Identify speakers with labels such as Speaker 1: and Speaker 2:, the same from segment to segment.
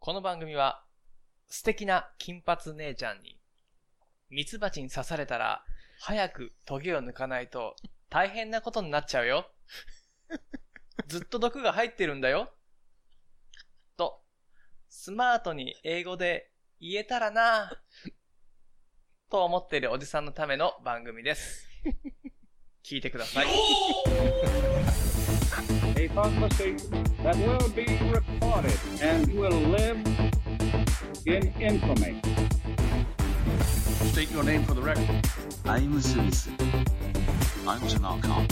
Speaker 1: この番組は、素敵な金髪姉ちゃんに、ミツバチに刺されたら、早くトゲを抜かないと、大変なことになっちゃうよ。ずっと毒が入ってるんだよ。と、スマートに英語で言えたらなぁと思っているおじさんのための番組です。聞いてください。
Speaker 2: a conversation that will be recorded and will live in infamy.
Speaker 3: State your name for the record.
Speaker 4: I'm Smith. I'm Jamal Khan.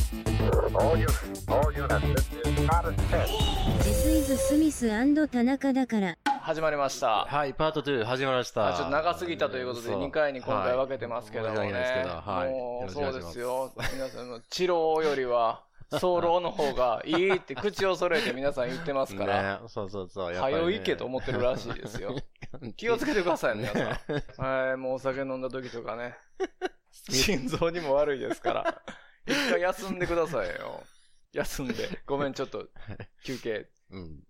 Speaker 5: All units, all units, this is not a test.
Speaker 6: ジスイズ・スミス田中だから。
Speaker 1: 始まりました。
Speaker 7: はい、パート2始まりました。
Speaker 1: あちょっと長すぎたということで、
Speaker 7: そ
Speaker 1: 2回に今回分けてますけどもね。
Speaker 7: はい申し訳ないですけどはい
Speaker 1: も
Speaker 7: よ
Speaker 1: う、
Speaker 7: ろしくお
Speaker 1: そうで
Speaker 7: 願いします
Speaker 1: すよ。皆さんの、治療よりは、早漏の方がいいって口を揃えて皆さん言ってますから、
Speaker 7: ね、そうそうそう。やっぱり
Speaker 1: 早
Speaker 7: ね
Speaker 1: いけと思ってるらしいです よ。気をつけてくださいね、皆さん。はい、もうお酒飲んだ時とか ね。心臓にも悪いですから。一回休んでくださいよ。休んで。ごめん、ちょっと、休憩。
Speaker 7: うん。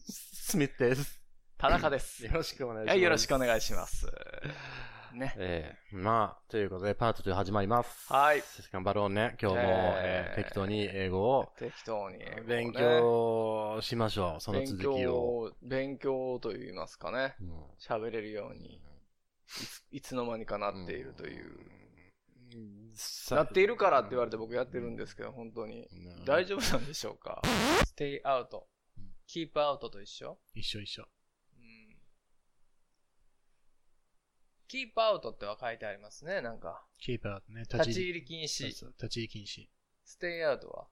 Speaker 7: スミスです。
Speaker 1: 田中です。
Speaker 7: よろしくお願いします。
Speaker 1: はい、よろしくお願いします。ね。
Speaker 7: ええまあ、ということで、パート2始まります。
Speaker 1: はい。
Speaker 7: 頑張ろうね。今日も、
Speaker 1: えー
Speaker 7: えー適当に英語を
Speaker 1: 適当に英語をね。
Speaker 7: 勉強しましょう。その続きを。
Speaker 1: 勉強、勉強と言いますかね。
Speaker 7: うん
Speaker 1: 喋れるように、いついつの間にかなっているという。
Speaker 7: うん
Speaker 1: なっているからって言われて僕やってるんですけど、本当に。
Speaker 7: うん
Speaker 1: 大丈夫なんでしょうか ?stay out, keep out と一緒
Speaker 4: 一緒一緒。
Speaker 1: うん。keep out っては書いてありますね、なんか。
Speaker 4: キーパーね、
Speaker 1: 立
Speaker 4: 立
Speaker 1: ち
Speaker 4: ち入
Speaker 1: 入
Speaker 4: り。
Speaker 1: り禁
Speaker 4: そう
Speaker 1: 止。
Speaker 4: そう立ち入り禁止。
Speaker 1: stay out は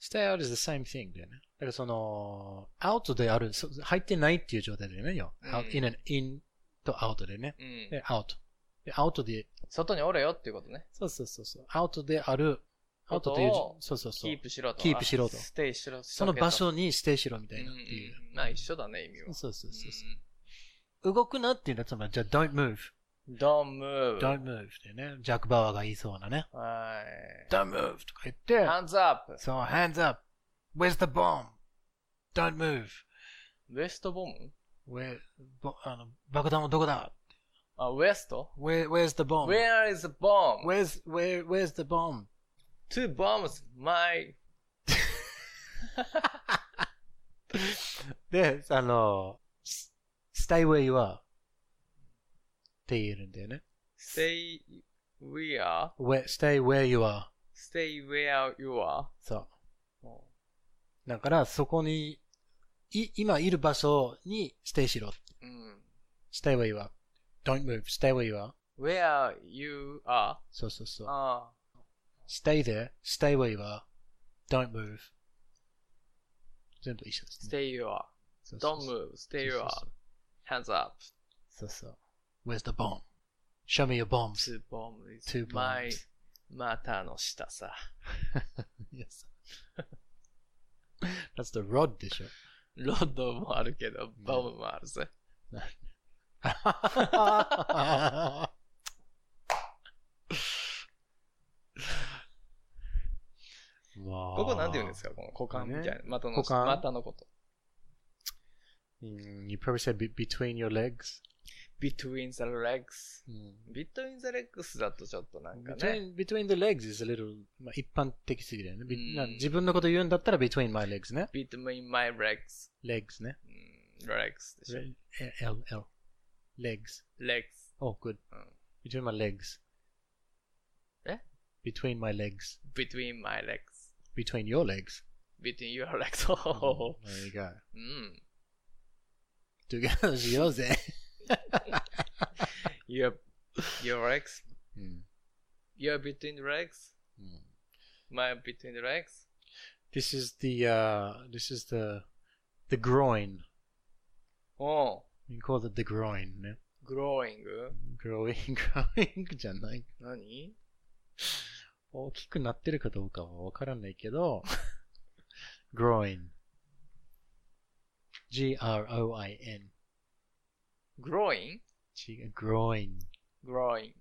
Speaker 4: stay out is the same thing だよね。だからその、out である、そ入ってないっていう状態だよね。よ
Speaker 1: うん
Speaker 4: out- in and in と out でね。
Speaker 1: うん。
Speaker 4: で、out。で、out で、
Speaker 1: 外におれよっていうことね。
Speaker 4: そうそうそうそう。out である、
Speaker 1: こ
Speaker 4: out
Speaker 1: とを
Speaker 4: っていうじ、そうそうそう。
Speaker 1: キープしろと。
Speaker 4: キープしろと
Speaker 1: stay しろ。
Speaker 4: その場所に指定しろみたいな
Speaker 1: うん
Speaker 4: っていう。
Speaker 1: うんうんまあ一緒だね、意味は。
Speaker 4: そうそうそうそう。動くなっていうのは、つまり、じゃあ don't move。
Speaker 1: Mm. Don't move.
Speaker 4: don't move でね。ジャック・バワーが言いそうなね。
Speaker 1: は
Speaker 4: don't move とか言っ
Speaker 1: い。
Speaker 4: て、
Speaker 1: Hands up.
Speaker 4: そう、hands up. Where's the bomb? Don't move.
Speaker 1: ウエストボム
Speaker 4: Where, ぼあの爆弾はどこだ
Speaker 1: あ、ウエスト
Speaker 4: Where, ?Where's the bomb?
Speaker 1: Uh, ?Where is the bomb?Two
Speaker 4: Where's, where, where's the bomb?
Speaker 1: bombs, my...
Speaker 4: で、あの、s- stay where you are. って言えるんだよね。
Speaker 1: Stay where?
Speaker 4: Where, stay where you are.
Speaker 1: Stay where you are?
Speaker 4: そう。Oh. だから、そこに、い、今いる場所に stay しろ。
Speaker 1: うん。
Speaker 4: stay where you are. Don't move. Stay where you are.
Speaker 1: Where you are? Uh,
Speaker 4: そうそうそう。
Speaker 1: あ
Speaker 4: stay there, stay where you are, don't move. 全部一緒ですね。
Speaker 1: Stay you are.
Speaker 4: そうそう
Speaker 1: Don't
Speaker 4: そう
Speaker 1: move. Stay you
Speaker 4: そう
Speaker 1: are.
Speaker 4: そう
Speaker 1: Hands up.
Speaker 4: そうそう。Where's the bomb? Show me your bombs.
Speaker 1: Two bombs.
Speaker 4: Two bombs.
Speaker 1: My 股の下さ。
Speaker 4: yes. That's the rod で しょ。
Speaker 1: ロッドもあるけど、ボムもあるぜ。ここなんて言うんです
Speaker 4: か
Speaker 1: かこの股間みたいな。股の
Speaker 4: 股間
Speaker 1: 股のこと。
Speaker 4: Mm, ?You probably said be- between your legs.
Speaker 1: between the legs。between the legs だとちょっとなんかね。
Speaker 4: Between, between the legs is a little まあ一般的すぎだよね。べ
Speaker 1: うん
Speaker 4: な自分のこと言うんだったら between my legs ね。
Speaker 1: between my legs。
Speaker 4: legs ね。
Speaker 1: うん legs でしょ。
Speaker 4: L, L, L. Legs.
Speaker 1: legs。
Speaker 4: Oh, good.
Speaker 1: うん
Speaker 4: Between my legs.
Speaker 1: え
Speaker 4: Between my legs.
Speaker 1: between my legs。
Speaker 4: Between your legs. Oh,
Speaker 1: between your legs. お
Speaker 4: There you go.
Speaker 1: ー うん。
Speaker 4: Together しようぜ。
Speaker 1: your, your legs.
Speaker 4: うん。
Speaker 1: your between the legs.
Speaker 4: うん
Speaker 1: my between the legs.
Speaker 4: hmm. This is the, uh, this is the, the groin.
Speaker 1: お
Speaker 4: You call it the groin ね。
Speaker 1: う growing?
Speaker 4: growing, growing じゃない。
Speaker 1: 何
Speaker 4: 大きくなってるかどうかはわからないけど、groin. G-R-O-I-N.
Speaker 1: growing?
Speaker 4: 違う groin. Hmm,
Speaker 1: growing.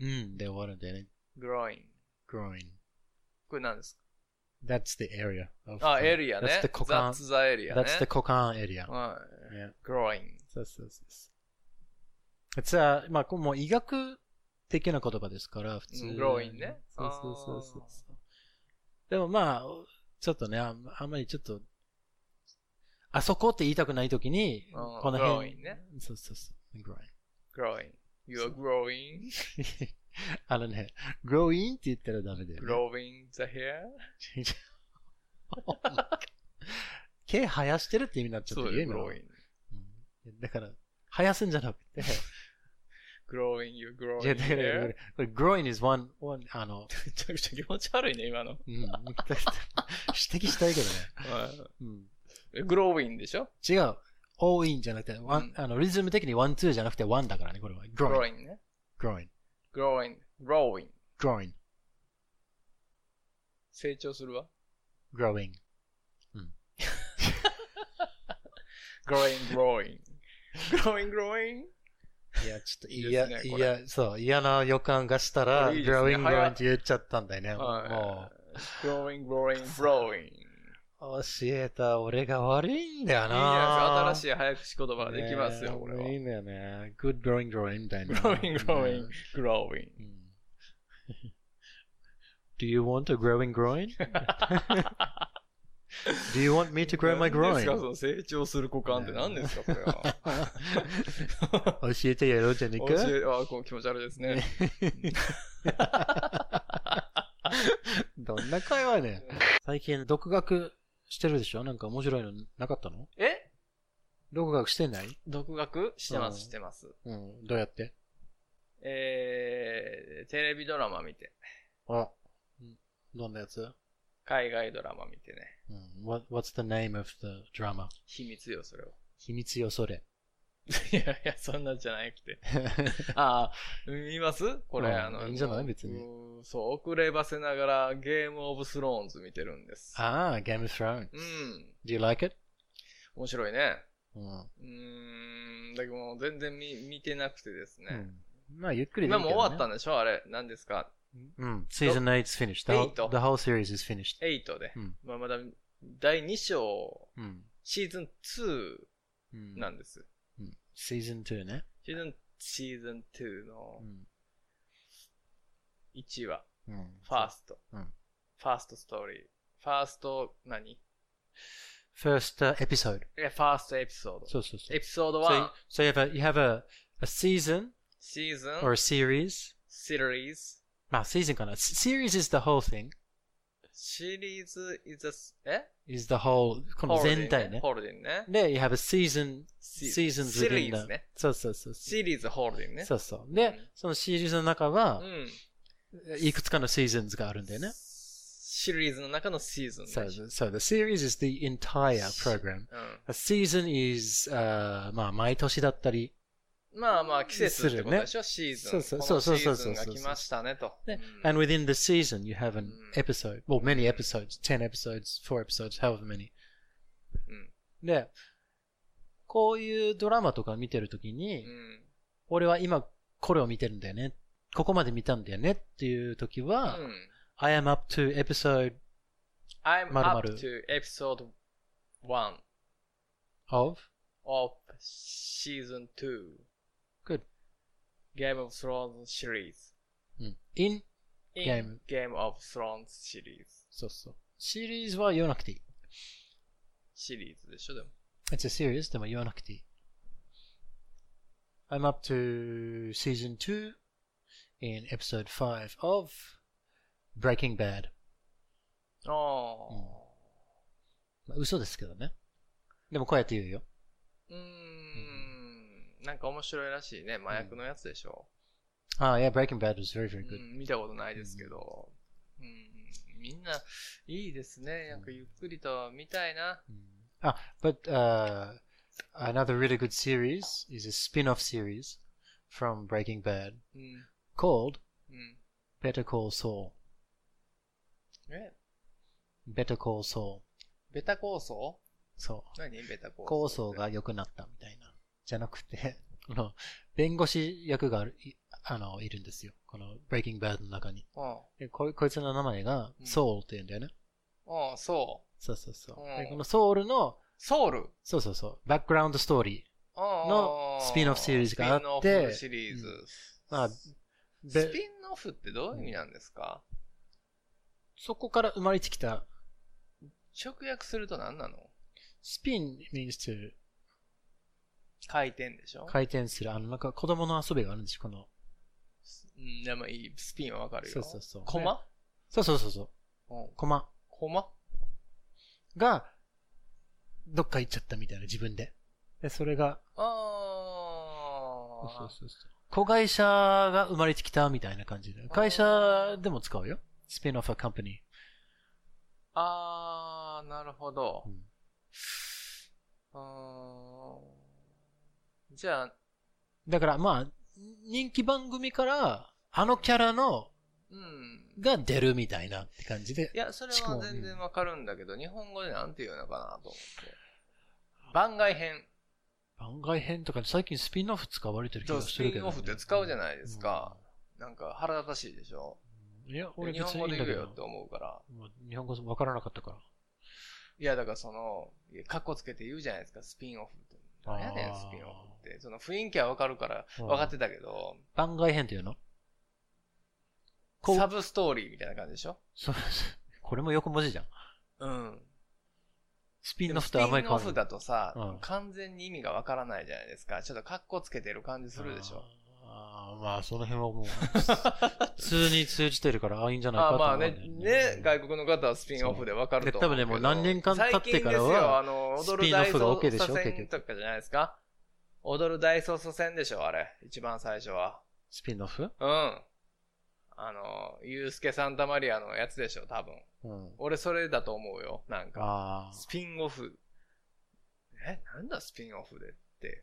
Speaker 4: うん。で終わるんだよね。
Speaker 1: growing.
Speaker 4: groin.
Speaker 1: これ何です
Speaker 4: That's the area. of-
Speaker 1: あ、エリアね。
Speaker 4: That's the
Speaker 1: ザ
Speaker 4: Kokan.
Speaker 1: ッツザエリアね。
Speaker 4: That's the Kokan area.
Speaker 1: は
Speaker 4: Yeah.
Speaker 1: い。growing.
Speaker 4: そうそうそうそう。It's a, まあ、こうもう医学的な言葉ですから、普通。
Speaker 1: うん growing ね
Speaker 4: そうそうそうそうそう。でもまあ、ちょっとね、あんあんまりちょっと、あそこって言いたくないときに、
Speaker 1: うん
Speaker 4: この辺。
Speaker 1: growing ね。
Speaker 4: そうそうそう。growing.
Speaker 1: growing. You are growing.
Speaker 4: あのね、growing って言ったらダメだよ、ね。
Speaker 1: growing the hair.
Speaker 4: 毛生やしてるって意味になっちゃっ
Speaker 1: そ
Speaker 4: て
Speaker 1: う
Speaker 4: る
Speaker 1: よ、
Speaker 4: よ、今のは。
Speaker 1: growing.
Speaker 4: うんだから、生やすんじゃなくて、
Speaker 1: growing, you
Speaker 4: いや
Speaker 1: growing
Speaker 4: だからだから
Speaker 1: hair.
Speaker 4: これ growing is one, one, あの、
Speaker 1: めちゃくちゃ気持ち悪いね、今 の。
Speaker 4: うん指摘したいけどね。うん、
Speaker 1: growing でしょ
Speaker 4: 違う。多いんじゃなくて、ワン
Speaker 1: う
Speaker 4: あのリズム的にワン、ツーじゃなくてワンだからね、これは。
Speaker 1: ?growing
Speaker 4: growing,
Speaker 1: ね。
Speaker 4: growing,
Speaker 1: growing, growing.
Speaker 4: growing,
Speaker 1: 成長するわ。
Speaker 4: growing.
Speaker 1: growing, growing. growing, growing.
Speaker 4: いや、ちょっと
Speaker 1: いいですね
Speaker 4: い
Speaker 1: これ
Speaker 4: や、そう、嫌な予感がしたら、
Speaker 1: これいいですね
Speaker 4: growing,
Speaker 1: 早い
Speaker 4: growing って言っちゃったんだよね。も
Speaker 1: はい growing, growing, growing.
Speaker 4: う、教えた俺が悪いんだよ
Speaker 1: いいじゃない
Speaker 4: な。
Speaker 1: ですか。新しい早口言葉ができますよ、これは。
Speaker 4: いいんだよね。good growing, growing みたい な。
Speaker 1: growing, growing,
Speaker 4: ね
Speaker 1: growing.
Speaker 4: うん Do you want a growing groin? Do you want me to grow my
Speaker 1: 何ですか
Speaker 4: groin?
Speaker 1: そ の成長する股間って何ですかこれは。
Speaker 4: 教えてやろうじゃねえか
Speaker 1: 教えあこう気持ち悪いですね。
Speaker 4: どんな会話ね。最近、独学してるでしょなんか面白いのなかったの
Speaker 1: え
Speaker 4: 独学してない
Speaker 1: 独学してま
Speaker 4: うん
Speaker 1: す、してます。
Speaker 4: うん。どうやって
Speaker 1: えー、テレビドラマ見て、
Speaker 4: あ。どんなやつ
Speaker 1: 海外ドラマ見てね。
Speaker 4: うん。What, what's the name of the drama?
Speaker 1: 秘密よ、それは。
Speaker 4: 秘密よ、それ。
Speaker 1: いやいや、そんなんじゃなくて。 ああ、見ますこれ、
Speaker 4: うん
Speaker 1: あの。
Speaker 4: いいんじゃない別に
Speaker 1: に。そう、遅ればせながらゲームオブスローンズ見てるんです。
Speaker 4: ああ、Game Ah, of Thrones.
Speaker 1: うん。
Speaker 4: Do you like it?
Speaker 1: 面白いね。
Speaker 4: うん。
Speaker 1: うーん。だけどもう全然見見てなくてです
Speaker 4: Hmm.
Speaker 1: ね。
Speaker 4: うんまあ、ゆっくりでいい
Speaker 1: 今
Speaker 4: け
Speaker 1: も
Speaker 4: ど
Speaker 1: う
Speaker 4: ね
Speaker 1: 終わったんでしょあれ、何ですか
Speaker 4: うん。Season 8's finished. The whole,
Speaker 1: エイト
Speaker 4: the whole series is finished.
Speaker 1: 8で。
Speaker 4: うん
Speaker 1: まあ、まだ第2章、
Speaker 4: うん。
Speaker 1: シーズン
Speaker 4: うん
Speaker 1: 2なんです。
Speaker 4: Hmm. Season Hmm. 2ね。
Speaker 1: シーズン、シーズン2の
Speaker 4: うん。
Speaker 1: 1話、
Speaker 4: うん。
Speaker 1: ファースト、
Speaker 4: うん
Speaker 1: ファーストストーリー。ファースト何、
Speaker 4: First uh, episode.
Speaker 1: いやファーストエピソード。
Speaker 4: そうそうそう。
Speaker 1: エピソード
Speaker 4: So, you-
Speaker 1: 1、
Speaker 4: so you have a, you have a, a season
Speaker 1: シーズン、
Speaker 4: or a series.
Speaker 1: シリーズ、
Speaker 4: まあ、season かな。S- Series is the whole thing.
Speaker 1: シリーズ is a, え
Speaker 4: Is the whole, この全体ね
Speaker 1: ホ。ールディングね。
Speaker 4: で、you have a season,
Speaker 1: シ
Speaker 4: seasons
Speaker 1: シリ
Speaker 4: within
Speaker 1: ーズ
Speaker 4: the...
Speaker 1: ね。
Speaker 4: そうそうそう。
Speaker 1: シリーズホールディングね。
Speaker 4: そうそう。で
Speaker 1: うん、
Speaker 4: そのシリーズの中は
Speaker 1: う、ん。
Speaker 4: いくつかの seasons があるんだよね。
Speaker 1: シリーズの中のシーズンね。
Speaker 4: So, so the series is the entire program.
Speaker 1: うん。
Speaker 4: A season is, uh, まあ、毎年だったり、
Speaker 1: まあまあ、季節ってことでしょ、シーズン。
Speaker 4: そう
Speaker 1: こ
Speaker 4: そ
Speaker 1: の
Speaker 4: う
Speaker 1: シ
Speaker 4: そうそ
Speaker 1: ー
Speaker 4: うそう
Speaker 1: ズンが来ましたねと。
Speaker 4: ね
Speaker 1: うん
Speaker 4: and within the season you have an
Speaker 1: Mm.
Speaker 4: episode, well, many episodes, 10 episodes, 4 episodes, however many.
Speaker 1: うん
Speaker 4: で、こういうドラマとか見てるときに、
Speaker 1: うん
Speaker 4: 俺は今これを見てるんだよね、ここまで見たんだよねっていうときは、
Speaker 1: うん
Speaker 4: I am up to episode
Speaker 1: I'm
Speaker 4: まるま
Speaker 1: up
Speaker 4: る
Speaker 1: to episode 1
Speaker 4: of,
Speaker 1: of season 2
Speaker 4: good,
Speaker 1: Game of Thrones series
Speaker 4: うん in,
Speaker 1: in Game of Thrones series
Speaker 4: そうそう。シリーズは言わなくていい。
Speaker 1: シリーズでしょでも
Speaker 4: It's a series でも言わなくていい。I'm up to season 2 in episode 5 of Breaking Bad.
Speaker 1: あ
Speaker 4: まあ嘘ですけどね。でもこうやって言うよ。
Speaker 1: あうーんなんか面白いらしいね麻薬のやつでしょ
Speaker 4: ああ、いや、Breaking Ah, Bad was very,
Speaker 1: う
Speaker 4: very good.
Speaker 1: ん見たことないですけどうんみんないいですねなんかゆっくりと見たいな
Speaker 4: Ah, but uh, another really good series is a spin-off series from Breaking Bad
Speaker 1: うん
Speaker 4: called
Speaker 1: うん。
Speaker 4: Better Call Saul.
Speaker 1: え
Speaker 4: Better Call Saul.
Speaker 1: ベタ構想
Speaker 4: そう。
Speaker 1: 何ベタ構想
Speaker 4: 構想が良くなったみたいな。じゃな くて、この、弁護士役がある、いあの、いるんですよ。この、Breaking Bad の中に。
Speaker 1: うん。
Speaker 4: でこいこいつの名前が
Speaker 1: う、ん
Speaker 4: ソウルって言うんだよね。
Speaker 1: うん、そう。
Speaker 4: そうそうそう。
Speaker 1: うん
Speaker 4: でこのソウルの、
Speaker 1: ソウル
Speaker 4: そうそうそう、バックグラウンドストーリのスピンオフシリーズがあっ
Speaker 1: スピンオ
Speaker 4: て
Speaker 1: フシリーズ。
Speaker 4: ー。まあ、べ
Speaker 1: スピンオフってどういう意味なんですか
Speaker 4: そこから生まれてきた、
Speaker 1: 直訳すると何なの
Speaker 4: スピン means to
Speaker 1: 回転でしょ
Speaker 4: 回転する、あの、なんか子供の遊びがあるんですよ、この。
Speaker 1: うん、でもいい。スピンはわかるよ。
Speaker 4: そうそうそう
Speaker 1: コマ
Speaker 4: そうそうそうそう、
Speaker 1: うん。
Speaker 4: コマ
Speaker 1: コマ
Speaker 4: が、どっか行っちゃったみたいな、自分で。で、それが、
Speaker 1: ああ。
Speaker 4: そうそう。子会社が生まれてきたみたいな感じで。会社でも使うよ。スピンオフ company
Speaker 1: あー、なるほど
Speaker 4: うん。
Speaker 1: うーん。じゃあ、
Speaker 4: だからまあ、人気番組から、あのキャラの、
Speaker 1: うん。
Speaker 4: が出るみたいなって感じで
Speaker 1: い。や、それ
Speaker 4: しか
Speaker 1: は
Speaker 4: も
Speaker 1: 全然わかるんだけど、日本語でなんて言うのかなと思って。番外編。
Speaker 4: 番外編とか最近スピンオフ使われてる気
Speaker 1: そう
Speaker 4: が
Speaker 1: ス
Speaker 4: する
Speaker 1: ピ
Speaker 4: け
Speaker 1: ン
Speaker 4: ど、
Speaker 1: オフって使うじゃない
Speaker 4: い
Speaker 1: ですか。。なんか腹立たしいでしょ。
Speaker 4: いや、俺
Speaker 1: 日
Speaker 4: 別
Speaker 1: 本
Speaker 4: に
Speaker 1: 語で
Speaker 4: いいんだ
Speaker 1: 言え
Speaker 4: け
Speaker 1: よって
Speaker 4: ど。
Speaker 1: 思うから。
Speaker 4: もう日本語わからなかったから。
Speaker 1: いや、だからその、いやカッコつけて言うじゃないですか、スピンオフって。何やね
Speaker 4: あ
Speaker 1: ん、
Speaker 4: ー
Speaker 1: スピンオフって。その雰囲気はわかるから、
Speaker 4: うん
Speaker 1: 分かってたけど、
Speaker 4: 番外編っていうのこう
Speaker 1: サブストーリーみたいな感じでしょ
Speaker 4: そうこれも横文字じゃん。
Speaker 1: うん。
Speaker 4: スピ
Speaker 1: で
Speaker 4: ン
Speaker 1: も
Speaker 4: オ
Speaker 1: ス
Speaker 4: フ
Speaker 1: ピ
Speaker 4: とあんまり
Speaker 1: ン
Speaker 4: 変
Speaker 1: オ
Speaker 4: わら
Speaker 1: フ
Speaker 4: ない。
Speaker 1: だとさ、
Speaker 4: うん
Speaker 1: 完全に意味がわからないじゃないですか。ちょっとカッコつけてる感じするでしょ。
Speaker 4: あーまあ、その辺はもう、 普通に通じてるから、ああ、いいんじゃない
Speaker 1: あ
Speaker 4: か
Speaker 1: あ
Speaker 4: と
Speaker 1: ま
Speaker 4: 思
Speaker 1: あ
Speaker 4: うんだ
Speaker 1: ね
Speaker 4: よ、
Speaker 1: ね、外国の方はスピンオフでわかると思うけど。
Speaker 4: で多分ねもう何年間経ってからは
Speaker 1: 最近です
Speaker 4: スピン
Speaker 1: よ
Speaker 4: オ
Speaker 1: あの、
Speaker 4: フが
Speaker 1: 踊
Speaker 4: OK
Speaker 1: る
Speaker 4: で
Speaker 1: 大
Speaker 4: しょ
Speaker 1: 捜査線とかじゃないですか。踊る大捜査線でしょ、あれ。一番最初は。
Speaker 4: スピンオフ
Speaker 1: うん。あの、ユうスケ・サンタマリアのやつでしょ、多分。
Speaker 4: うん。
Speaker 1: 俺それだと思うよ、なんか。
Speaker 4: ああ。
Speaker 1: スピンオフ。え、なんだスピンオフでって、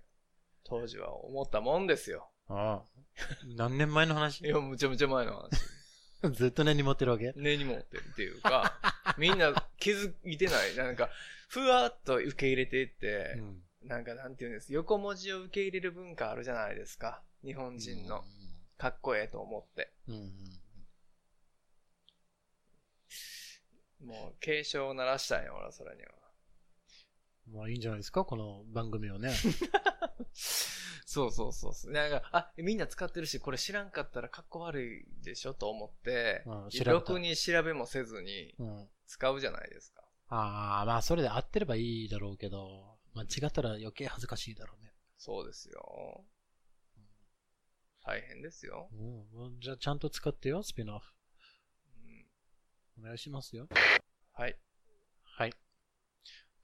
Speaker 1: 当時は思ったもんですよ。
Speaker 4: ああ。何年前の話
Speaker 1: いや、むちゃむちゃ前の話。
Speaker 4: ずっと根に持ってるわけ
Speaker 1: 根に持ってるっていう か、みんな気づいてない。なんか、ふわっと受け入れていって、
Speaker 4: ん。
Speaker 1: なんかなんて言うんです。横文字を受け入れる文化あるじゃないですか。日本人の。かっこええと思って。
Speaker 4: うん。
Speaker 1: もう、警鐘を鳴らしたんよ、俺はそれには。
Speaker 4: まあいいんじゃないですかこの番組 をね。
Speaker 1: そうそうそうそう。なんか、あ、みんな使ってるし、これ知らんかったらかっこ悪いでしょと思って、
Speaker 4: うん調べた
Speaker 1: ろくに調べもせずに
Speaker 4: うん。
Speaker 1: 使うじゃないですか。
Speaker 4: ああ、まあそれで合ってればいいだろうけど、間違ったら余計恥ずかしいだろうね。
Speaker 1: そうですよ。大変ですよ。
Speaker 4: うん。じゃあちゃんと使ってよ、スピンオフ。
Speaker 1: うん
Speaker 4: お願いしますよ。
Speaker 1: はい。
Speaker 4: はい。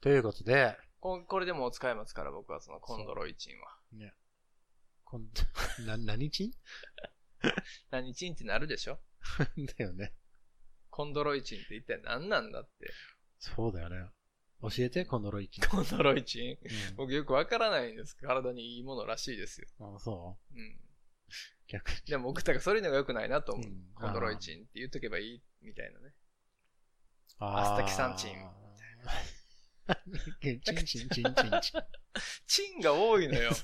Speaker 4: ということで、
Speaker 1: ここれでもう使えますから、僕はそのコンドロイチンは。
Speaker 4: こん な、何日
Speaker 1: 何チンってなるでしょ
Speaker 4: だよね。
Speaker 1: コンドロイチンって一体何なんだって。
Speaker 4: そうだよね。教えて、コンドロイチ。
Speaker 1: コンドロイチン
Speaker 4: う
Speaker 1: 僕よくわからないんですけど、体にいいものらしいですよ。
Speaker 4: ん。あそ
Speaker 1: うん。
Speaker 4: う逆に。
Speaker 1: でも僕、だからそういうのが良くないなと思う。
Speaker 4: うん
Speaker 1: コンドロイチンって言っとけばいいみたいなね。
Speaker 4: あ
Speaker 1: アスタキサン チン
Speaker 4: ン。チンチンチンチンチン。
Speaker 1: チンが多いのよ。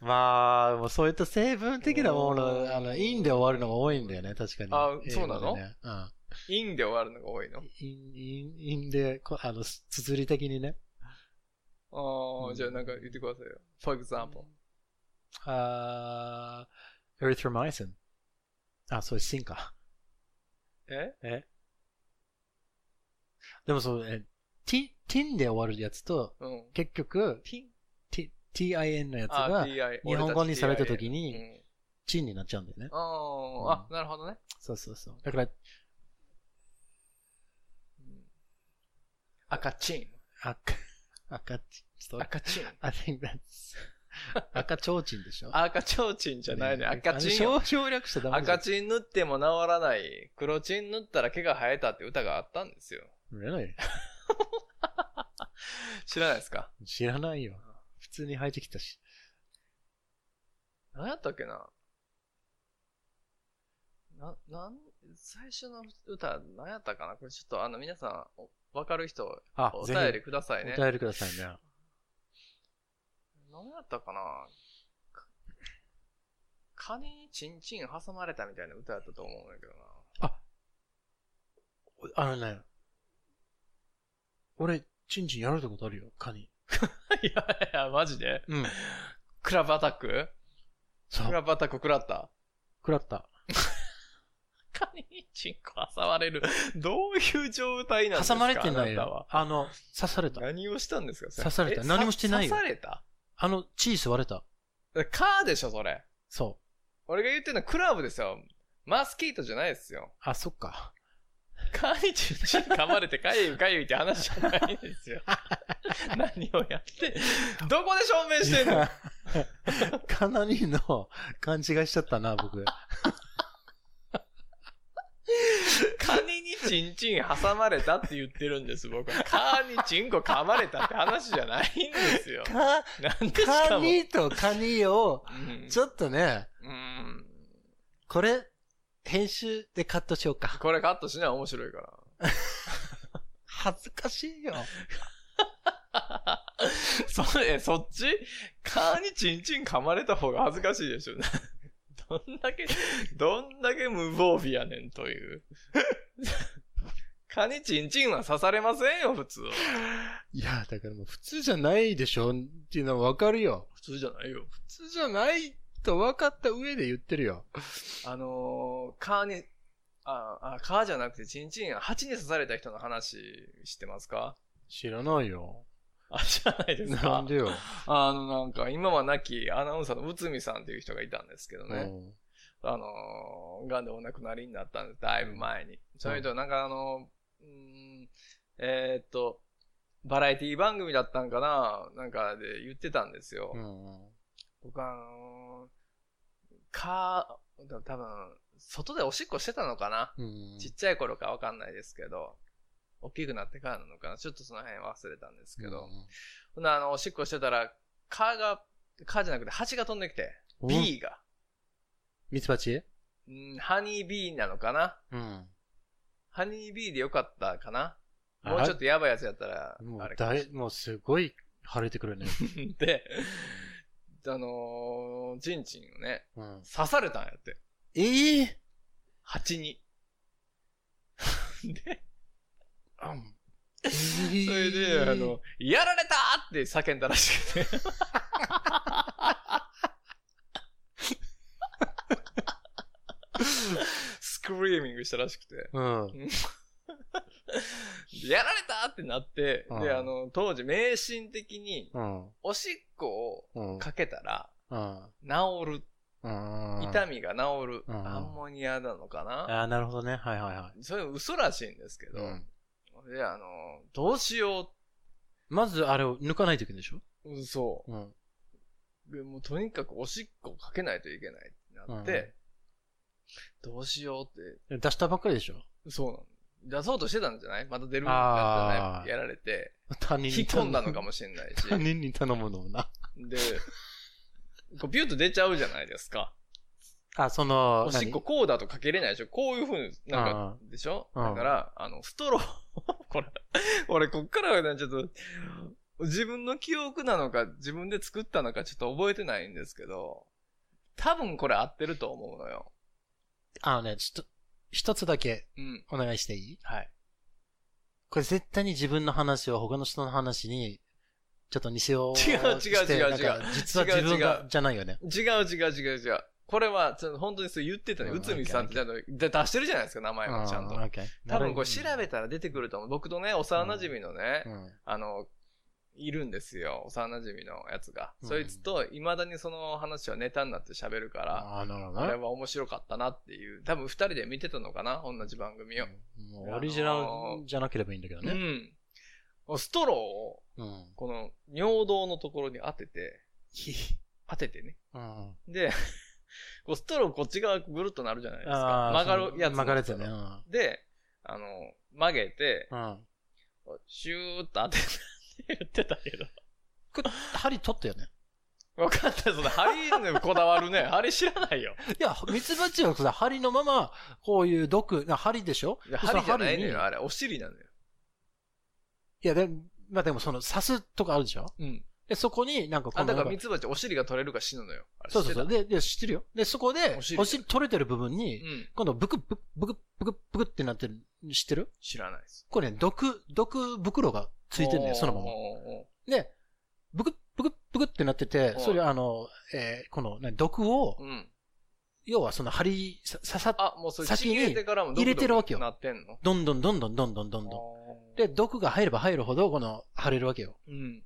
Speaker 4: まあ、もうそういった成分的なも
Speaker 1: う
Speaker 4: の、
Speaker 1: ん
Speaker 4: あの、インで終わるのが多いんだよね、確かに。
Speaker 1: あそうなの
Speaker 4: 英語でねうん。
Speaker 1: インで終わるのが多いの。
Speaker 4: イン、イン、インで、こあの、す綴り的にね。
Speaker 1: あ
Speaker 4: う
Speaker 1: あ、
Speaker 4: ん
Speaker 1: じゃあなんか言ってくださいよ。For example.
Speaker 4: あー、エリトロマイセン。あ、そう、シンか。
Speaker 1: え
Speaker 4: でもそう、え、t、ティンで終わるやつと、
Speaker 1: うん。
Speaker 4: 結局、
Speaker 1: ティン
Speaker 4: t、tin のやつ
Speaker 1: あ
Speaker 4: が、
Speaker 1: TI
Speaker 4: 日本語にされた時
Speaker 1: う
Speaker 4: に、
Speaker 1: ん
Speaker 4: チンになっちゃうんだよね。
Speaker 1: あーあ、なるほどね。
Speaker 4: そうそうそう。だから、
Speaker 1: 赤チ
Speaker 4: 赤、赤ち、ちょ
Speaker 1: ン。
Speaker 4: っと、
Speaker 1: 赤チン。
Speaker 4: I think that's, 赤ちょうちんでしょ
Speaker 1: 赤ちょうちんじゃないね。赤
Speaker 4: あれ
Speaker 1: チンよ。
Speaker 4: 省省略しちゃダメだよ
Speaker 1: 赤チン塗っても治らない。黒チン塗ったら毛が生えたって歌があったんですよ。
Speaker 4: Really？
Speaker 1: 知らないですか
Speaker 4: 知らないよ。普通に生えてきたし。
Speaker 1: 何やったっけなな、なん、最初の歌何やったかなこれちょっとあの皆さん、おわかる人、
Speaker 4: あ
Speaker 1: お
Speaker 4: ぜ
Speaker 1: 便
Speaker 4: ひ
Speaker 1: りくださいね。
Speaker 4: お便りくださいね。
Speaker 1: 何やったかなか金にチンチン挟まれたみたいな歌やったと思うんだけどな。
Speaker 4: あ、あのね、俺、チンチンやられたことあるよ、カニ。
Speaker 1: いや いや、マジで
Speaker 4: うん。
Speaker 1: クラブアタック
Speaker 4: そ
Speaker 1: ク
Speaker 4: う。
Speaker 1: ラブアタック食らった
Speaker 4: 食らった。
Speaker 1: カニにチンコ挟まれる。どういう状態なんですか
Speaker 4: 挟まれてない
Speaker 1: あなたは
Speaker 4: よ。あの、刺された。
Speaker 1: 何をしたんですかそ
Speaker 4: 刺された
Speaker 1: え
Speaker 4: 何もしてないよ
Speaker 1: 刺された
Speaker 4: あの、チーズ割れた。
Speaker 1: カーでしょ、それ。
Speaker 4: そう。
Speaker 1: 俺が言ってるのはクラブですよ。マスキートじゃないですよ。
Speaker 4: あ、そっか。
Speaker 1: カニチュンチュン噛まれてかゆいかゆいって話じゃないんです よ。何をやって、どこで証明してんの
Speaker 4: かなりの勘違いしちゃったな、僕。
Speaker 1: カニにチンチン挟まれたって言ってるんです、僕は。カニチンコ噛まれたって話じゃないんです よ。
Speaker 4: か、
Speaker 1: なんでしか
Speaker 4: カ
Speaker 1: も。
Speaker 4: ニとカニを、
Speaker 1: うん
Speaker 4: ちょっとね、
Speaker 1: うん。
Speaker 4: これ、編集でカットしようか。
Speaker 1: これカットしない面白いから。
Speaker 4: 恥ずかしいよ。
Speaker 1: それ、えそっちカニチンチン噛まれた方が恥ずかしいでしょ。 どんだけ、どんだけ無防備やねんという。 カニチンチンは刺されませんよ、普通は。
Speaker 7: いや、だからもう普通じゃないでしょっていうのはわかるよ。
Speaker 1: 普通じゃないよ。
Speaker 7: 普通じゃないと分かった上で言ってるよ。
Speaker 1: あのー、カーに、あ、あ、カーじゃなくてチンチン、蜂に刺された人の話知ってますか
Speaker 7: 知らないよ。
Speaker 1: あ、知らないです
Speaker 7: な
Speaker 1: か
Speaker 7: んでよ。
Speaker 1: あの、なんか、今は亡きアナウンサーの内海さんっていう人がいたんですけどね。
Speaker 7: うん
Speaker 1: あのー、癌でお亡くなりになったんです、だいぶ前に。それと、なんかあのー、うーん、えーっと、バラエティ番組だったんかななんかで言ってたんですよ。
Speaker 7: うん
Speaker 1: 僕あのー、カー、多分、外でおしっこしてたのかな
Speaker 7: うん
Speaker 1: ちっちゃい頃かわかんないですけど、大きくなってからなのかなちょっとその辺忘れたんですけど、ほんならあの、おしっこしてたら、蚊が、蚊じゃなくて蜂が飛んできて、
Speaker 7: うん
Speaker 1: ビーが、
Speaker 7: ミツバチ
Speaker 1: うん、ハニービーなのかな
Speaker 7: うん。
Speaker 1: ハニービーでよかったかな
Speaker 7: あ
Speaker 1: もうちょっとやばいやつやったら、
Speaker 7: も
Speaker 1: あ
Speaker 7: う
Speaker 1: れか
Speaker 7: だ
Speaker 1: もし
Speaker 7: い、もうすごい腫れてくるね。
Speaker 1: れん で、あのー、チンチンをね、
Speaker 7: うん。
Speaker 1: 刺されたんやって。
Speaker 7: ええ
Speaker 1: 蜂に。で、
Speaker 7: あん
Speaker 1: それで、あの、やられたって叫んだらしくて。スクリーミングしたらしくて。
Speaker 7: うん。
Speaker 1: やられたってなって、
Speaker 7: うん
Speaker 1: で、あの、当時迷信的に、
Speaker 7: うん。
Speaker 1: おしっこ
Speaker 7: うん
Speaker 1: を。かけたら、
Speaker 7: うん。
Speaker 1: 治る。
Speaker 7: うん。
Speaker 1: 痛みが治る。
Speaker 7: うん
Speaker 1: アンモニアなのかな
Speaker 7: ああ、なるほどね。はいはいはい。
Speaker 1: それ嘘らしいんですけど、で、あの、どうしよ
Speaker 4: まずあれを抜かないといけないでしょ
Speaker 1: う。嘘。
Speaker 7: うん。
Speaker 1: でもうとにかくおしっこかけないといけないってなって、どうしようって、
Speaker 7: 出したばっか りでしょ
Speaker 1: そうなの。出そうとしてたんじゃないまた出るんだった
Speaker 7: あー
Speaker 1: らやられて、
Speaker 7: 他人
Speaker 1: 引っ込んだのか
Speaker 7: も。
Speaker 1: もしれない
Speaker 7: 他
Speaker 1: し、
Speaker 7: 人に頼むのもな。
Speaker 1: で、こうビュッと出ちゃうじゃないですか。
Speaker 4: あ、その、
Speaker 1: おしっここうだとかけれないでしょこういうふうに、なんか、でしょ
Speaker 7: うん
Speaker 1: だから、あの、ストロー、 これ、俺こっからはね、ちょっと、自分の記憶なのか、自分で作ったのか、ちょっと覚えてないんですけど、多分これ合ってると思うのよ。
Speaker 4: 何。あのね、ちょっと、一つだけ
Speaker 1: うん。
Speaker 4: お願いしていい
Speaker 1: はい。
Speaker 4: これ絶対に自分の話を他の人の話に、ちょっと似せよう。
Speaker 1: 違う違う
Speaker 4: して
Speaker 1: 違う
Speaker 4: なんか
Speaker 1: 違う
Speaker 4: 実は自分
Speaker 1: 違う違
Speaker 4: が
Speaker 1: う、
Speaker 4: じゃないよね。
Speaker 1: 違う違う違う違う。これは、ちょっと本当にそう言ってたね。
Speaker 4: うん
Speaker 1: 内海さんってちゃんとで出してるじゃないですか、名前もちゃんと
Speaker 4: う。OK
Speaker 1: 多分これ調べたら出てくると思う。僕とね、幼馴染のね、
Speaker 7: うん。
Speaker 1: あの、いるんですよ。幼馴染のやつが。
Speaker 7: うん
Speaker 1: そいつと、未だにその話はネタになって喋るから、
Speaker 7: ああ、なるほど
Speaker 1: あれ
Speaker 7: ね。
Speaker 1: は面白かったなっていう。多分二人で見てたのかな同じ番組を。
Speaker 7: もうオリジナルじゃなければいいんだけど
Speaker 1: う
Speaker 7: ね。
Speaker 1: ん。ストローを、
Speaker 7: うん。
Speaker 1: この、尿道のところに当て て、当ててね。
Speaker 7: うん。
Speaker 1: で、 こうストローこっち側ぐるっとなるじゃないです
Speaker 7: あ
Speaker 1: か
Speaker 7: あ。
Speaker 1: 曲がるやつ。
Speaker 7: 曲がるやつね。
Speaker 1: で、あの、曲げて
Speaker 7: う、ん。
Speaker 1: シューッと当てたって言ってたけど。
Speaker 4: これ、針取ったよね。
Speaker 1: わかんない。その、針にこだわる ね。針知らないよ。
Speaker 4: いや、ミツバチはさ、針のまま、こういう毒、な針でしょ
Speaker 1: いや針じゃないの
Speaker 4: そ
Speaker 1: よ、
Speaker 4: の
Speaker 1: あれ。お尻なのよ。
Speaker 4: にいや、でも、まあでもその、刺すとかあるでしょ
Speaker 1: うん。
Speaker 4: で、そこになんか
Speaker 1: あ、
Speaker 4: この
Speaker 1: だ
Speaker 4: な
Speaker 1: か
Speaker 4: ん
Speaker 1: ら
Speaker 4: か
Speaker 1: ミツバチお尻が取れるから死ぬのよ。あれ
Speaker 4: そうそうそう。
Speaker 1: 知って
Speaker 4: で、で、知ってるよ。で、そこで、
Speaker 1: お
Speaker 4: お
Speaker 1: 尻
Speaker 4: 尻取れてる部分に
Speaker 1: た。、うん。
Speaker 4: 今度、ブクブク、ブク、ブク、ブクってなってる、知ってる
Speaker 1: 知らないです。
Speaker 4: これね、毒、毒袋がついてるんだよ、そのまま
Speaker 1: おー。お
Speaker 4: で、ブク、ブク、ブクってなってて、
Speaker 1: うん
Speaker 4: それあの、えーこの、ね、毒を
Speaker 1: ーおー。うん。
Speaker 4: 要はその針、さ刺さっ、
Speaker 1: あ、もうそれ、
Speaker 4: 先に
Speaker 1: 入れてからも
Speaker 4: 入れてるわけよ
Speaker 1: なってんの
Speaker 4: どんどんどんどんどんどんどんどん。
Speaker 1: あー
Speaker 4: で、毒が入れば入るほど、この、腫れるわけよ。
Speaker 1: うん。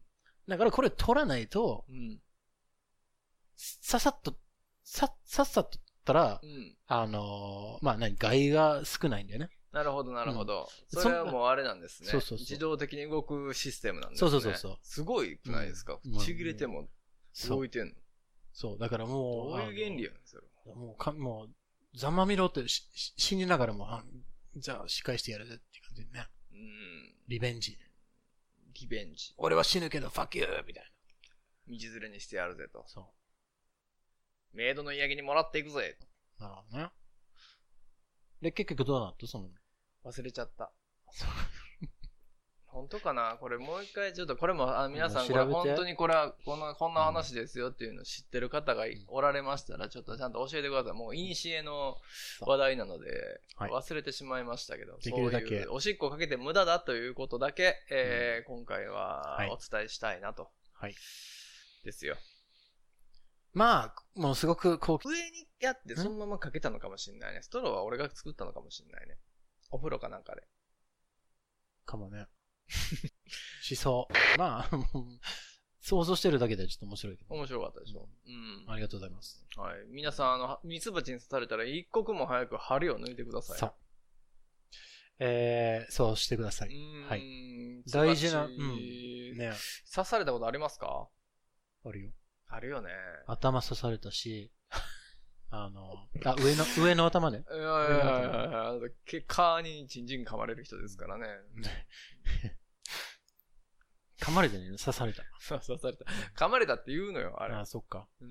Speaker 4: だからこれ取らないと、
Speaker 1: うん。
Speaker 4: ささっと、さ、さっさと取ったら
Speaker 1: う、ん。
Speaker 4: あのーまあ、何、害が少ないんだよね。
Speaker 1: なるほど、なるほど。
Speaker 4: うん
Speaker 1: それはもうあれなんですね。
Speaker 4: そんなそうそうそう
Speaker 1: 自動的に動くシステムなんです
Speaker 4: そ
Speaker 1: ね。
Speaker 4: うそうそうそう
Speaker 1: すごいくないですか、
Speaker 4: うん
Speaker 1: ちぎれても
Speaker 4: そ
Speaker 1: 動
Speaker 4: う。
Speaker 1: いてんの。
Speaker 4: そう。だからも
Speaker 1: ど
Speaker 4: う、
Speaker 1: ういう原理やねん、それ。
Speaker 4: あのもうか、もう、ざまみろってしし死にながらも、あじゃあ、仕返してやるぜって感じでね。
Speaker 1: うん。
Speaker 4: リベンジ。
Speaker 1: リベンジ。
Speaker 4: 俺は死ぬけど、ファキューみたいな。
Speaker 1: 道連れにしてやるぜと。
Speaker 4: そ
Speaker 1: メイドの嫌気にもらっていくぜ。
Speaker 4: う。なるほどね。で、結局どうなったその、
Speaker 1: 忘れちゃった。 本当かなこれもう一回ちょっと、これもあ皆さん、こ
Speaker 4: 調べ
Speaker 1: れ
Speaker 4: て
Speaker 1: 本当にこれはこんな、こんな話ですよっていうの知ってる方がい
Speaker 4: うん
Speaker 1: おられましたら、ちょっとちゃんと教えてください。もう、イニシエの話題なので、
Speaker 4: はい
Speaker 1: 忘れてしまいましたけど、
Speaker 4: できるだけ
Speaker 1: そういうおしっこかけて無駄だということだけ、えー今回は
Speaker 4: はい
Speaker 1: お伝えしたいなと。
Speaker 4: はい。
Speaker 1: ですよ。
Speaker 4: まあ、もうすごく、こう、
Speaker 1: 上にやってそのままかけたのかもしれないね。ストローは俺が作ったのかもしれないね。お風呂かなんかで。
Speaker 4: かもね。 しそう。まあ、もう想像してるだけでちょっと面白いけど。
Speaker 1: 面白かったでしょ。うん。
Speaker 4: ありがとうございます。
Speaker 1: はい。皆さん、あの、ミツバチに刺されたら一刻も早く針を抜いてください。
Speaker 4: そう。えー、そうしてくださ
Speaker 1: う
Speaker 4: い。
Speaker 1: ーん。
Speaker 4: はい
Speaker 1: 大
Speaker 4: 大
Speaker 1: 事
Speaker 4: 事
Speaker 1: な、
Speaker 4: な
Speaker 1: う
Speaker 4: うんん、
Speaker 1: ね。
Speaker 4: ね
Speaker 1: 刺されたことありますか
Speaker 4: あるよ。
Speaker 1: あるよね。
Speaker 4: 頭刺されたし、 あの、あ、上の、上の頭ね。
Speaker 1: いやいやいやいやいやあの、結果にチンチン噛まれる人ですからね。
Speaker 4: 噛まれてね、刺された。
Speaker 1: 刺された。噛まれたって言うのよ、あれ。
Speaker 4: あ、そっか。
Speaker 1: うん。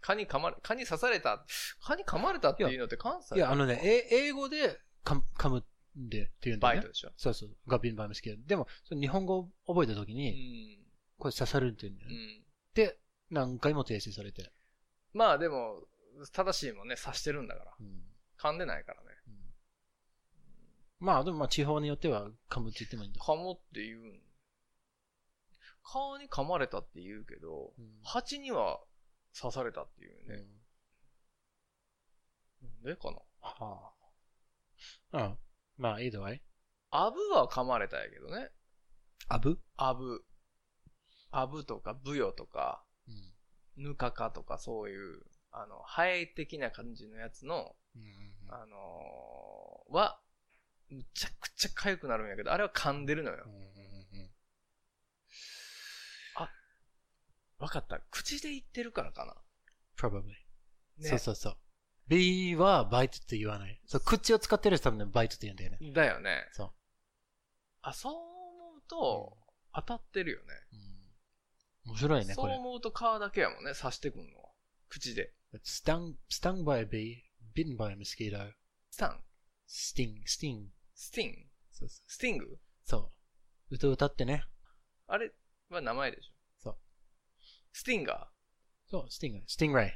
Speaker 1: 蚊に噛まれ、蚊に刺された、蚊に噛まれたっていうのって関西
Speaker 4: いや、あのね、え英語で噛む噛むんでっていうんだ
Speaker 1: バイ
Speaker 4: よね
Speaker 1: ト。でしょ。
Speaker 4: そうそう、ガビンバイムスケでも、その日本語を覚えた時
Speaker 1: う
Speaker 4: に、
Speaker 1: ん。
Speaker 4: これ刺されるって言うんだよ
Speaker 1: う
Speaker 4: ね。
Speaker 1: ん。
Speaker 4: で、何回も訂正されて。
Speaker 1: まあでも、正しいもんね、刺してるんだから。
Speaker 4: うん
Speaker 1: 噛んでないからね。
Speaker 4: うんまあ、でもまあ、地方によっては噛むって言ってもいいんだ。
Speaker 1: 噛もって言うん。顔に噛まれたって言うけど、
Speaker 4: うん
Speaker 1: 蜂には刺されたっていう
Speaker 4: う
Speaker 1: ね。
Speaker 4: ん
Speaker 1: なんでかな
Speaker 4: はあ。うん。まあ、いい度合い。
Speaker 1: アブは噛まれたやけどね。
Speaker 4: アブ
Speaker 1: アブ。アブとか、ブヨとか、
Speaker 4: うん。
Speaker 1: ヌカカとか、そういう、あの、ハエ的な感じのやつの、あのーは、むちゃくちゃ痒くなるんやけど、あれは噛んでるのよ。わかった。口で言ってるからか
Speaker 4: probably.
Speaker 1: な。
Speaker 4: そうそうそう。B はバイトって言わない。そう、口を使ってる人は多分ね、バイトって言うんだよね。
Speaker 1: だよね。
Speaker 4: そう。
Speaker 1: あ、そう思うと、当たってるよね。
Speaker 4: うん、面白いね、
Speaker 1: そ
Speaker 4: こ
Speaker 1: う
Speaker 4: れ。
Speaker 1: 思うと皮だけやもんね、刺してくんのは。口で。
Speaker 4: stung, stung by a bee, bitten by a mosquito,
Speaker 1: スタン
Speaker 4: sting, sting.
Speaker 1: スティン
Speaker 4: そうそ
Speaker 1: スティング
Speaker 4: う。そう。歌を歌ってね。
Speaker 1: あれは名前でしょ。
Speaker 4: そう。
Speaker 1: スティンガー
Speaker 4: そう、sting, stingray.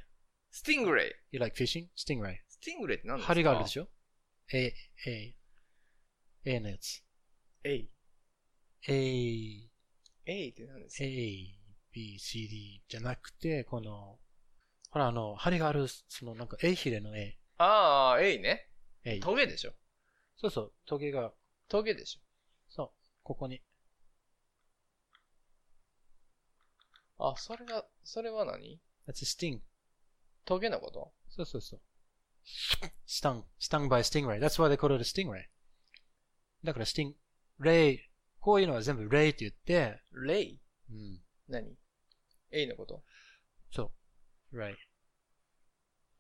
Speaker 1: スティングレイ
Speaker 4: You like fishing? Stingray.
Speaker 1: スティングレイって何ですか
Speaker 4: 針があるでし
Speaker 1: ょ
Speaker 4: ょ ?A, A, A のやつ。
Speaker 1: えい。え
Speaker 4: A,
Speaker 1: いって何ですか
Speaker 4: A, B, C, D じゃなくて、この、ほら、あの、針がある、その、なんか、A ヒレの A。
Speaker 1: ああ、えいね。
Speaker 4: A。
Speaker 1: トゲでしょ。
Speaker 4: そうそう、トゲが、
Speaker 1: トゲでし
Speaker 4: そう、ここに。
Speaker 1: ょ。あ、それが、それは何
Speaker 4: That's a sting.
Speaker 1: トゲのこと
Speaker 4: そうそうそう。stung, stung by a stingray. That's why they call it a stingray. だから sting, ray, こういうのは全部 ray って言って、
Speaker 1: レイ
Speaker 4: うん、
Speaker 1: 何えいのこと
Speaker 4: そう。ray.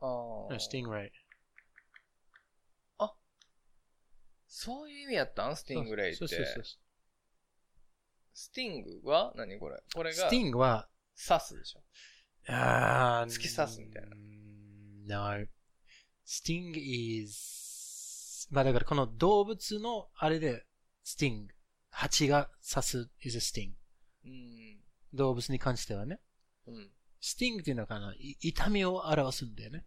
Speaker 1: ああ。
Speaker 4: stingray.
Speaker 1: そういう意味やったんスティングレイって。
Speaker 4: そうそうそうそ
Speaker 1: スティングは何これこれ
Speaker 4: う。
Speaker 1: が、
Speaker 4: sting は、
Speaker 1: 刺すでしょ。
Speaker 4: あー
Speaker 1: 突き刺すみたいな
Speaker 4: うーん No. sting is, まあだからこの動物のあれで、sting. 蜂が刺す is a sting.
Speaker 1: うん。
Speaker 8: 動物に関してはね。
Speaker 1: うん。
Speaker 8: スティングっていうのかな、い痛みを表すんだよね。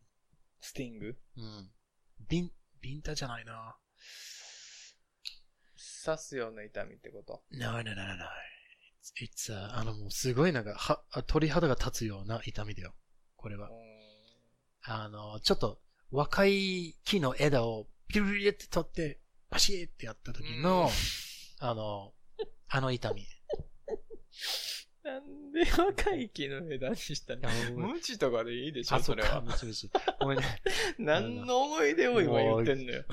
Speaker 1: スティング
Speaker 8: うん。ビン、ビンタじゃないな。
Speaker 1: 刺すような痛みってこと。
Speaker 4: No, no, no, no, no. It's, it's, uh, あの、もうすごいなんか、は、あ鳥肌が立つような痛みだよ。これは。あの、ちょっと、若い木の枝を、ピルピルピルって取って、バシーってやった時
Speaker 1: う
Speaker 4: の
Speaker 1: ん、
Speaker 4: あの、あの痛 み。
Speaker 1: なんで若い木の枝にしたの無知とかでいいでしょ、それ
Speaker 4: か、
Speaker 1: は。
Speaker 4: むしむし。ごめんね。
Speaker 1: 何の思い出を今言ってん のよ。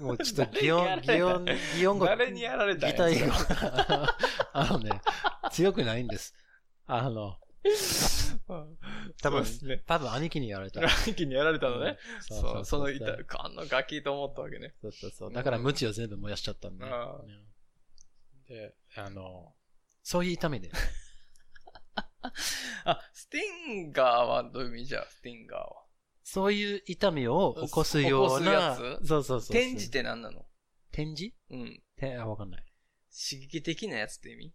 Speaker 4: もうちょっと、擬音、擬音、擬音語。
Speaker 1: 誰にやられたん
Speaker 4: 擬
Speaker 1: や
Speaker 4: 態語 が、あのね、強くないんです。あの、
Speaker 1: うん
Speaker 4: 多
Speaker 1: そう
Speaker 4: 分、
Speaker 1: ですね。
Speaker 4: 多分兄貴にやられた。
Speaker 1: 若い木にやられたのね。
Speaker 4: そ
Speaker 1: そう、その痛
Speaker 4: そう、
Speaker 1: あんなガキと思ったわけね。
Speaker 4: そうそうそう。だから、無知を全部燃やしちゃったんだ、
Speaker 1: ああ
Speaker 4: ね。で、あの、そういう痛みで。
Speaker 1: あ、スティンガーはどういう意味じゃ、スティンガーは。
Speaker 4: そういう痛みを起こすよう
Speaker 1: 起こ
Speaker 4: な
Speaker 1: すや。つ
Speaker 4: そうそうそう。
Speaker 1: 転じ。て何なの
Speaker 4: 転じ
Speaker 1: うん。
Speaker 4: て、あ、わかんない。
Speaker 1: 刺激的なやつって意味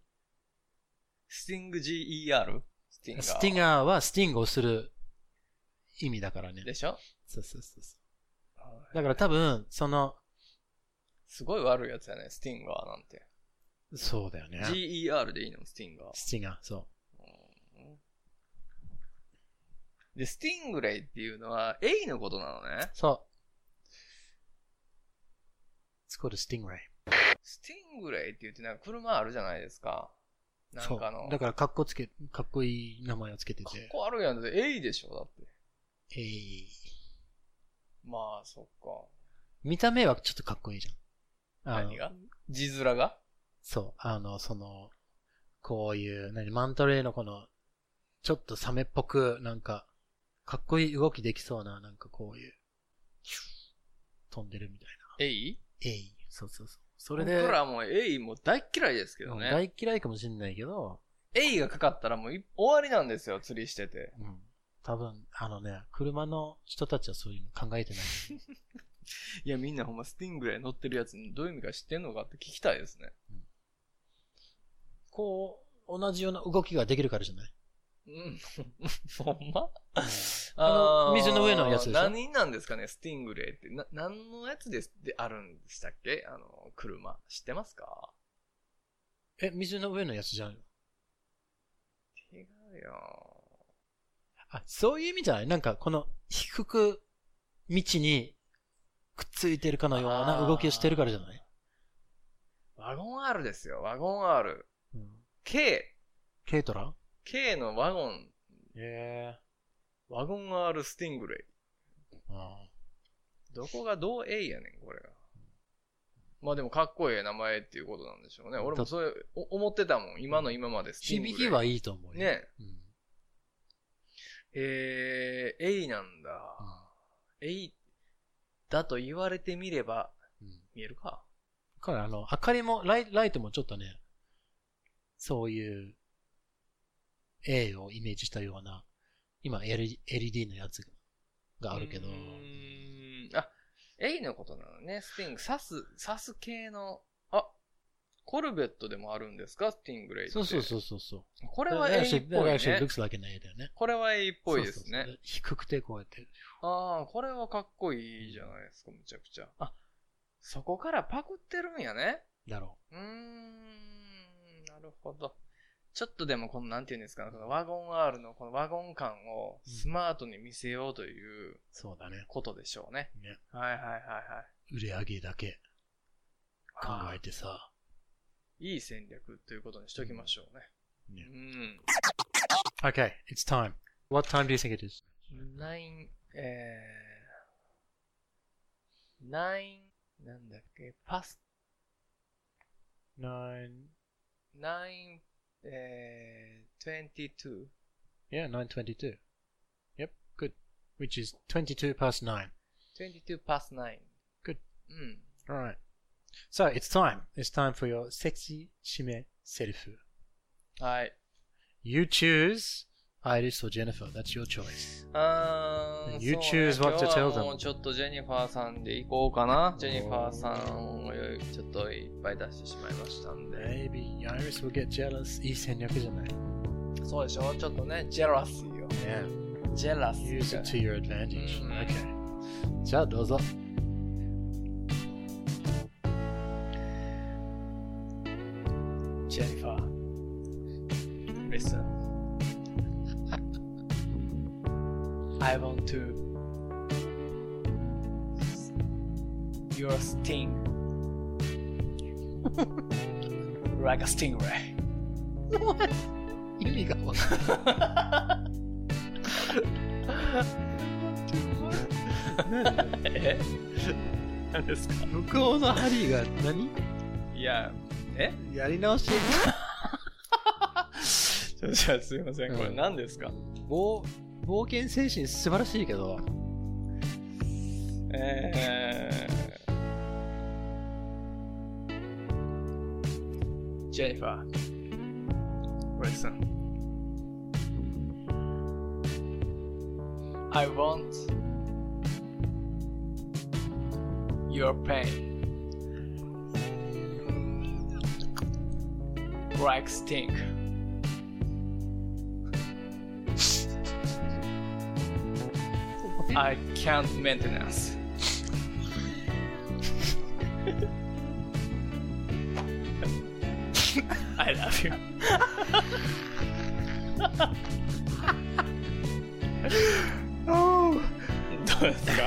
Speaker 1: スティング GER? スティンガー。
Speaker 4: スティンガーはスティングをする意味だからね。
Speaker 1: でしょ
Speaker 4: そうそうそうそう。だから多分、その、
Speaker 1: すごい悪いやつやね、スティンガーなんて。
Speaker 4: そうだよね。
Speaker 1: GER でいいの、スティンガー。
Speaker 4: スティンガー、そう。
Speaker 1: で、スティングレイっていうのは、エイのことなのね。
Speaker 4: そう。It's called a stingray.
Speaker 1: スティングレイって言って、なんか車あるじゃないですか。なん
Speaker 4: そう
Speaker 1: かあの、
Speaker 4: だ
Speaker 1: か
Speaker 4: から、かっこつけ、かっこいい名前をつけて。
Speaker 1: ってこ悪いやん。エイでしょ、だって。
Speaker 4: えい
Speaker 1: まあ、そっか。
Speaker 4: 見た目はちょっとかっこいいじゃん。あの
Speaker 1: 何が字面が
Speaker 4: そう。あの、その、こういう、何、マントレーのこの、ちょっとサメっぽく、なんか、かっこいい動きできそうな、なんかこういう、ヒュッ飛んでるみたい
Speaker 1: エイ
Speaker 4: な。えい。そうそうそう。そ
Speaker 1: こ
Speaker 4: れで、
Speaker 1: 僕らもうエイもう大っ嫌いですけ
Speaker 4: う
Speaker 1: ど
Speaker 4: ん
Speaker 1: ね。
Speaker 4: 大嫌いかもしれないけど、
Speaker 1: エイがかかったらもうい終わりなんですよ、釣りしてて。
Speaker 4: うん。多分、あのね、車の人たちはそういうの考え てない。
Speaker 1: いや、みんなほんまスティングレイ乗ってるやつどういう意味か知ってんのかって聞きたいですね。
Speaker 4: こう、同じような動きができるからじゃない
Speaker 1: うん、ほんま
Speaker 4: あの
Speaker 1: ー
Speaker 4: 水の上のやつでしょ
Speaker 1: 何なんですかね、スティングレイって。な、何のやつですであるんでしたっけあの、車。知ってますか
Speaker 4: え、水の上のやつじゃん。
Speaker 1: 違うよ。
Speaker 4: あ、そういう意味じゃないなんか、この、低く、道に、くっついてるかのような動きをしてるからじゃない
Speaker 1: ワゴン R ですよ、ワゴン R。
Speaker 4: うん。
Speaker 1: K、
Speaker 4: ケイトラ
Speaker 1: K のワゴン、
Speaker 4: え
Speaker 1: ワゴン R スティングレイ。
Speaker 4: えあ
Speaker 1: どこがどう A やねん、これが。まあでもかっこいい名前っていうことなんでしょうね。俺もそういうお思ってたもん。今の今までスティングレイ。
Speaker 4: 響きはいいと思うよ。
Speaker 1: ね。
Speaker 4: うん。
Speaker 1: えー、エイなんだ。エイだと言われてみれば、
Speaker 4: うん。
Speaker 1: 見えるか。
Speaker 4: だから、あの、明かりも、ライライトもちょっとね、そういう、A をイメージしたような、今、L LED のやつがあるけど
Speaker 1: う、ーんあ、エイのことなのね。スティング、刺す、刺す系の、あ、コルベットでもあるんですかスティングレイって。
Speaker 4: そうそうそうそうそう。
Speaker 1: これはエイっぽい
Speaker 4: Actually,
Speaker 1: ね。
Speaker 4: looks like an A だよね。
Speaker 1: これはエイっぽいです
Speaker 4: そうそう
Speaker 1: ね
Speaker 4: そ。う。低くてこうやって。
Speaker 1: ああ、これはかっこいいじゃないですか、むちゃくちゃ。あ、そこからパクってるんやね。
Speaker 4: だろ
Speaker 1: うーん、なるほど。ちょっとでもこの、なんていうんですかね、そのワゴン R のこのワゴン感をスマートに見せようという
Speaker 4: う。そうだね。
Speaker 1: ことでしょうね。
Speaker 4: ね
Speaker 1: はいはいはいはい。
Speaker 4: 売り上げだけ考え
Speaker 1: あ
Speaker 4: てさ。
Speaker 1: ーいい戦略ということにしときましょうね。
Speaker 4: ね
Speaker 1: うん。
Speaker 4: Okay, it's time. What time do you think it is?
Speaker 1: 9、えー、9、なんだっけ、パス、
Speaker 4: Nine.
Speaker 1: 9、えー、22。
Speaker 4: Yeah, nine twenty-two. Yep, good. Which is twenty-two past nine.
Speaker 1: 22 past 9。
Speaker 4: Good.
Speaker 1: うん。
Speaker 4: All right. So it's time. It's time for your sexy shime serifu.
Speaker 1: はい。
Speaker 4: You choose Iris or Jennifer. That's your choice.
Speaker 1: あー
Speaker 4: You
Speaker 1: そうね
Speaker 4: choose what to
Speaker 1: 今日は
Speaker 4: tell them.
Speaker 1: もうちょっとジェニファーさんで行こうかな。ジェニファーさんをちょっといっぱい出してしまいましたんで。
Speaker 4: Maybe Iris will get jealous. いい戦略じゃない。
Speaker 1: そうでしょちょっとね、ジェラシーよ。
Speaker 4: Yeah.
Speaker 1: ジェラシ
Speaker 4: Use
Speaker 1: ー
Speaker 4: it
Speaker 1: が。
Speaker 4: to your advantage.
Speaker 1: Mm.
Speaker 4: Okay. じゃあどうぞ。
Speaker 1: Jennifer, listen. I want to. Your sting. like a stingray.
Speaker 4: 意味がわか
Speaker 1: え何ですか
Speaker 4: んない。向こうのハリーが何
Speaker 1: いや、え
Speaker 4: やり直し
Speaker 1: ちょじゃあすいません、これ
Speaker 4: うん
Speaker 1: 何ですか、
Speaker 4: 冒冒険精神素晴らしいけど、
Speaker 1: えー、ジェニファー、listen. I want your pain. Like stink. I can't maintenance. I love you. どうですか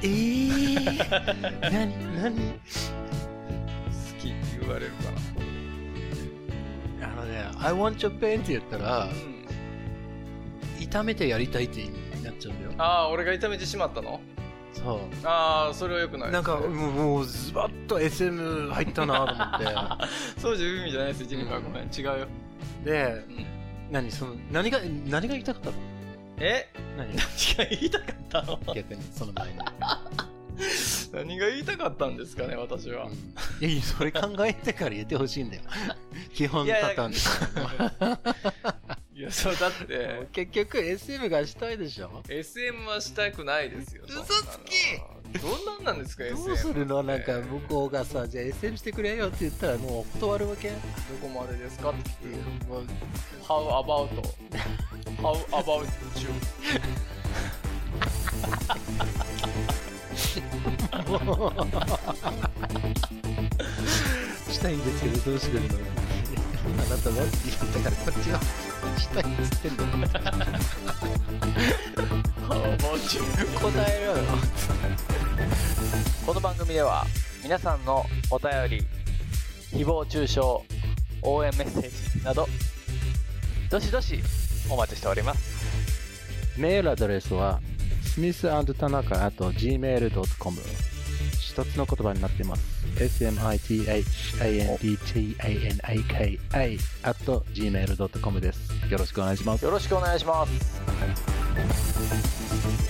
Speaker 4: えー、 何何
Speaker 1: 好きって言われるかな。
Speaker 4: あのね、I want your pain って言ったら、痛めてやりたいって意味になっちゃうんだよ。
Speaker 1: ああ、俺が痛めてしまったの
Speaker 4: そ
Speaker 1: ああ、それは良くな
Speaker 4: う。
Speaker 1: い。
Speaker 4: なんか、もう、もうズバッと SM 入ったなと思っ
Speaker 1: そうじゃ意味じゃないです、ジェニファー。ごめん、違うよ。
Speaker 4: て。 で
Speaker 1: う、ん
Speaker 4: 何その、何が、何が痛かったの
Speaker 1: え
Speaker 4: 何
Speaker 1: 何が言いたかったの
Speaker 4: 逆に、その前に。
Speaker 1: 何が言いたかったんですかね、私は。
Speaker 4: うんいやいや、それ考えてから言ってほしい んだよ。基本
Speaker 1: いやいや
Speaker 4: パターンでし
Speaker 1: いや、そうだっ
Speaker 4: ょ もう
Speaker 1: て、
Speaker 4: 結局 SM がしたいでしょ
Speaker 1: SM はしたくないですよ。
Speaker 4: 嘘
Speaker 1: そんなのどん
Speaker 4: つき
Speaker 1: なんなんですか、
Speaker 4: ど
Speaker 1: SM。
Speaker 4: うするのな
Speaker 1: え
Speaker 4: んか
Speaker 1: ー
Speaker 4: 向こうがさ、じゃあ SM してくれよって言ったらもう断るわけ
Speaker 1: どこまでですかって聞くよ。
Speaker 4: もう
Speaker 1: How about? How about you?
Speaker 4: したいんですけどどうしてるのあなたはって言ったからこっちはしたいっつってんだよ
Speaker 1: How about you?
Speaker 4: 答えろよ
Speaker 1: この番組では皆さんのお便り誹謗中傷応援メッセージなどどしどしお待ちしております
Speaker 4: メールアドレスは smith&tanaka.gmail.com 一つの言葉になっています。smithandtanaka.gmail.com です。よろしくお願いします。
Speaker 1: よろしくお願いします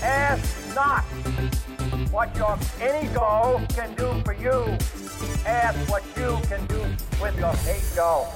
Speaker 9: Ask not what your any goal can do for you. Ask what you can do with your hate goal.